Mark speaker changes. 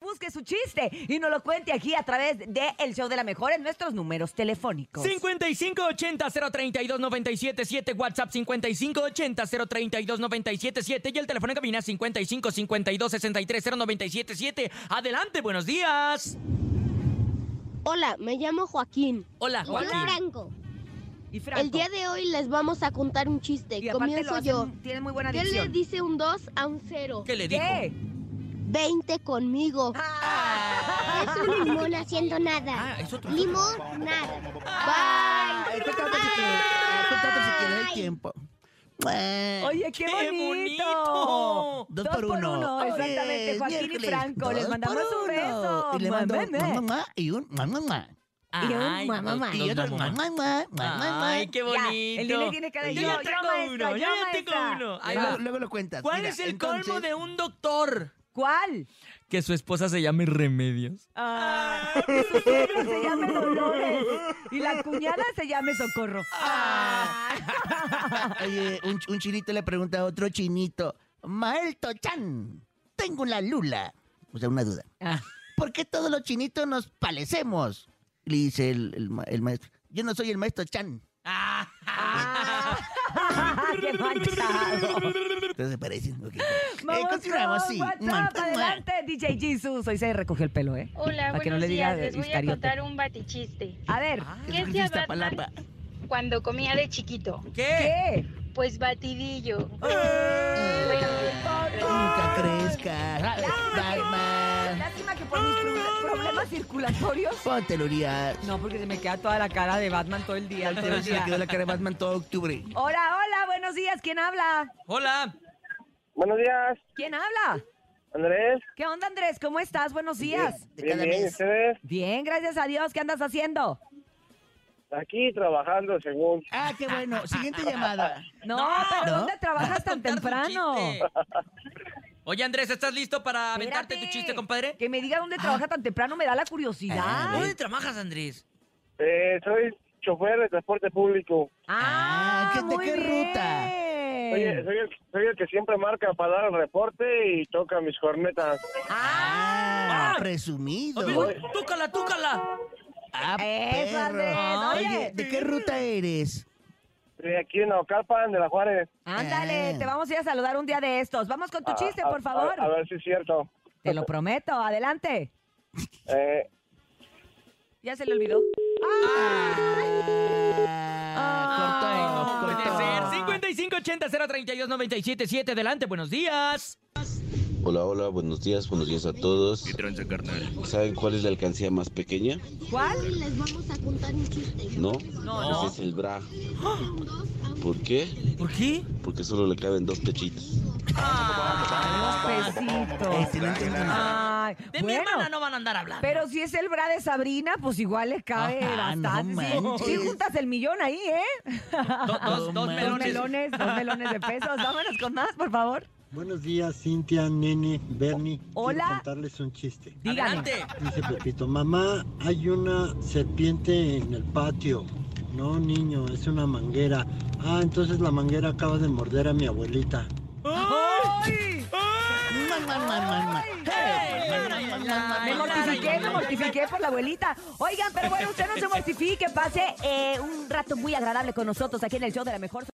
Speaker 1: busque su chiste y nos lo cuente aquí a través de El Show de la Mejor en nuestros números telefónicos.
Speaker 2: 5580-032-977, WhatsApp 5580-032-977 y el teléfono en cabina 5552-630977. Adelante, buenos días.
Speaker 3: Hola, me llamo Joaquín.
Speaker 2: Hola,
Speaker 3: Hola,
Speaker 2: Joaquín.
Speaker 3: Franco.
Speaker 1: Y Ah, Franco.
Speaker 3: El día de hoy les vamos a contar un chiste.
Speaker 1: Y aparte lo
Speaker 3: Comienzo
Speaker 1: hacen-
Speaker 3: yo.
Speaker 1: Tienen muy buena
Speaker 3: ¿Qué
Speaker 1: dicción.
Speaker 3: le dice un 2 a un 0?
Speaker 2: ¿Qué le dijo?
Speaker 1: ¿Qué?
Speaker 3: 20 conmigo.
Speaker 1: Ah.
Speaker 3: Es un limón haciendo nada.
Speaker 2: Ah, es otro.
Speaker 3: Limón, nada.
Speaker 1: Ah.
Speaker 3: Bye.
Speaker 4: Escúchame si quieres, escúchame si quieres el tiempo.
Speaker 1: Oye, qué
Speaker 2: ¡Qué
Speaker 1: bonito.
Speaker 2: bonito!
Speaker 4: Dos por uno. Oye,
Speaker 1: Exactamente,
Speaker 4: es
Speaker 1: Joaquín y
Speaker 4: miércoles.
Speaker 1: Franco. Les
Speaker 4: Dos
Speaker 1: mandamos
Speaker 4: por
Speaker 1: un
Speaker 4: uno.
Speaker 1: beso.
Speaker 4: Y le mando
Speaker 1: Mua,
Speaker 4: un
Speaker 1: mua, mua.
Speaker 4: mamá y un mamá.
Speaker 2: Ay, mamá.
Speaker 4: Y otro mamá.
Speaker 2: Ay, qué bonito.
Speaker 1: Ya, el nene tiene cara de
Speaker 2: Yo
Speaker 1: yo,
Speaker 2: ya tengo
Speaker 1: yo, maestra,
Speaker 2: uno,
Speaker 1: yo,
Speaker 2: yo ya tengo
Speaker 1: maestra.
Speaker 2: uno. Ahí va.
Speaker 4: Luego, luego lo cuentas.
Speaker 2: ¿Cuál
Speaker 4: Mira,
Speaker 2: es el
Speaker 4: entonces,
Speaker 2: colmo de un doctor?
Speaker 1: ¿Cuál?
Speaker 2: Que su esposa se llame Remedios.
Speaker 1: Ah, que su suegra se llame Dolores y la cuñada se llame Socorro.
Speaker 2: Ah.
Speaker 4: Oye, un, un chinito le pregunta a otro chinito. Maelto Chan, tengo una lula. O sea, una duda.
Speaker 1: Ah.
Speaker 4: ¿Por qué todos los chinitos nos palecemos? Le dice el, el ma- el maestro. Yo no soy el maestro Chan.
Speaker 2: Ah.
Speaker 1: Ah, ¡Qué manchado!
Speaker 4: Entonces se parecen. ok. Eh,
Speaker 1: Vamos
Speaker 4: continuamos,
Speaker 1: con
Speaker 4: sí.
Speaker 1: WhatsApp, adelante, DJ Jesus. Hoy se recogió el pelo, ¿eh? Para
Speaker 5: Hola, buenos
Speaker 1: que no le diga
Speaker 5: días. Les voy
Speaker 1: Iscariote.
Speaker 5: a contar un batichiste.
Speaker 1: A ver,
Speaker 5: ¿Qué
Speaker 4: es
Speaker 5: hacía
Speaker 4: de
Speaker 5: Batman
Speaker 4: Iztapalapa?
Speaker 5: cuando comía de chiquito?
Speaker 2: ¿Qué?
Speaker 1: ¿qué?
Speaker 5: Pues batidillo.
Speaker 1: ¡Ah!
Speaker 4: Nunca crezca. Batman.
Speaker 1: Lástima que por mis pro- problemas circulatorios.
Speaker 4: Póntelo, Urias.
Speaker 1: No, porque se me queda toda la cara de Batman todo el día.
Speaker 4: Al
Speaker 1: todo el
Speaker 4: Teo se le
Speaker 1: día.
Speaker 4: quedó la cara de Batman todo octubre.
Speaker 1: Hola, hola, buenos días. ¿Quién habla?
Speaker 2: Hola.
Speaker 6: Buenos días,
Speaker 1: ¿Quién habla?
Speaker 6: Andrés.
Speaker 1: ¿Qué onda, Andrés? ¿Cómo estás? Buenos días.
Speaker 4: De
Speaker 6: Bien,
Speaker 4: cada
Speaker 6: bien, ¿y
Speaker 4: mes.
Speaker 6: ustedes.
Speaker 1: Bien, gracias a Dios. ¿Qué andas haciendo?
Speaker 6: Aquí trabajando, según.
Speaker 4: Ah, qué bueno. Siguiente llamada.
Speaker 1: No, pero
Speaker 4: ¿No?
Speaker 1: ¿dónde trabajas tan
Speaker 2: Contar tu
Speaker 1: temprano?
Speaker 2: chiste. Oye, Andrés, ¿estás listo para aventarte tu
Speaker 1: Espérate,
Speaker 2: chiste, compadre?
Speaker 1: Que me diga dónde trabaja tan temprano me da la curiosidad.
Speaker 2: ¿Dónde trabajas, Andrés?
Speaker 6: Eh, soy chofer de transporte público.
Speaker 4: Ah, ¿qué- de
Speaker 1: muy
Speaker 4: qué ruta?
Speaker 1: bien.
Speaker 6: Oye, soy el, soy el que siempre marca para dar el reporte y toca mis cornetas.
Speaker 4: Ah,
Speaker 2: Ah.
Speaker 4: presumido.
Speaker 2: Oye, túcala, túcala.
Speaker 4: Ah,
Speaker 1: Eso,
Speaker 4: perro.
Speaker 1: Andrés, oye.
Speaker 4: Oye, ¿de qué ruta eres?
Speaker 6: De aquí en Naucalpan, de la Juárez.
Speaker 1: Ándale,
Speaker 4: Ah.
Speaker 1: te vamos a ir a saludar un día de estos. Vamos con tu
Speaker 6: A-
Speaker 1: chiste,
Speaker 6: Ah, a-
Speaker 1: por favor.
Speaker 6: A, a ver si es cierto.
Speaker 1: Te lo prometo, adelante.
Speaker 6: Eh,
Speaker 1: Ya se le olvidó.
Speaker 4: Ah,
Speaker 2: Puede
Speaker 4: cortó ahí,
Speaker 2: ser.
Speaker 4: nos cortó.
Speaker 2: 5580-032-977. Adelante, buenos días.
Speaker 7: Hola, hola, buenos días, buenos días a todos. ¿Saben cuál es la alcancía más pequeña?
Speaker 1: ¿Cuál?
Speaker 3: Hoy les vamos a contar un chiste.
Speaker 7: No,
Speaker 2: No,
Speaker 7: ese
Speaker 2: no.
Speaker 7: es el bra. ¿Por qué?
Speaker 2: ¿Por qué?
Speaker 7: Porque solo le caben dos pechitos.
Speaker 6: Ah,
Speaker 1: Dos pesitos.
Speaker 4: Excelente. Andrés.
Speaker 1: Ay,
Speaker 2: De mi
Speaker 1: bueno,
Speaker 2: hermana no van a andar hablando.
Speaker 1: pero si es el bra de Sabrina, pues igual le cabe
Speaker 4: Ajá, no
Speaker 1: bastante. Sí,
Speaker 4: manches.
Speaker 1: sí juntas el millón ahí, ¿eh?
Speaker 2: Do- dos, dos
Speaker 4: Dos
Speaker 1: Dos
Speaker 2: melones.
Speaker 1: melones, dos melones de pesos. Vámonos con más, por favor.
Speaker 8: Buenos días, Cintia, Nene, Bernie.
Speaker 1: Hola.
Speaker 8: Quiero contarles un chiste.
Speaker 1: Díganme.
Speaker 2: Adelante.
Speaker 8: Dice Pepito, mamá, hay una serpiente en el patio. No, niño, es una manguera. Ah, entonces la manguera acaba de morder a mi abuelita.
Speaker 1: ¡Ay!
Speaker 4: Ma, ma, ma, ma, ma. Hey, ma, ma, ma, ma, ma.
Speaker 1: Me mortifiqué, me mortifiqué por la abuelita. Oigan, pero bueno, usted no se mortifique, pase eh, un rato muy agradable con nosotros aquí en el show de la mejor.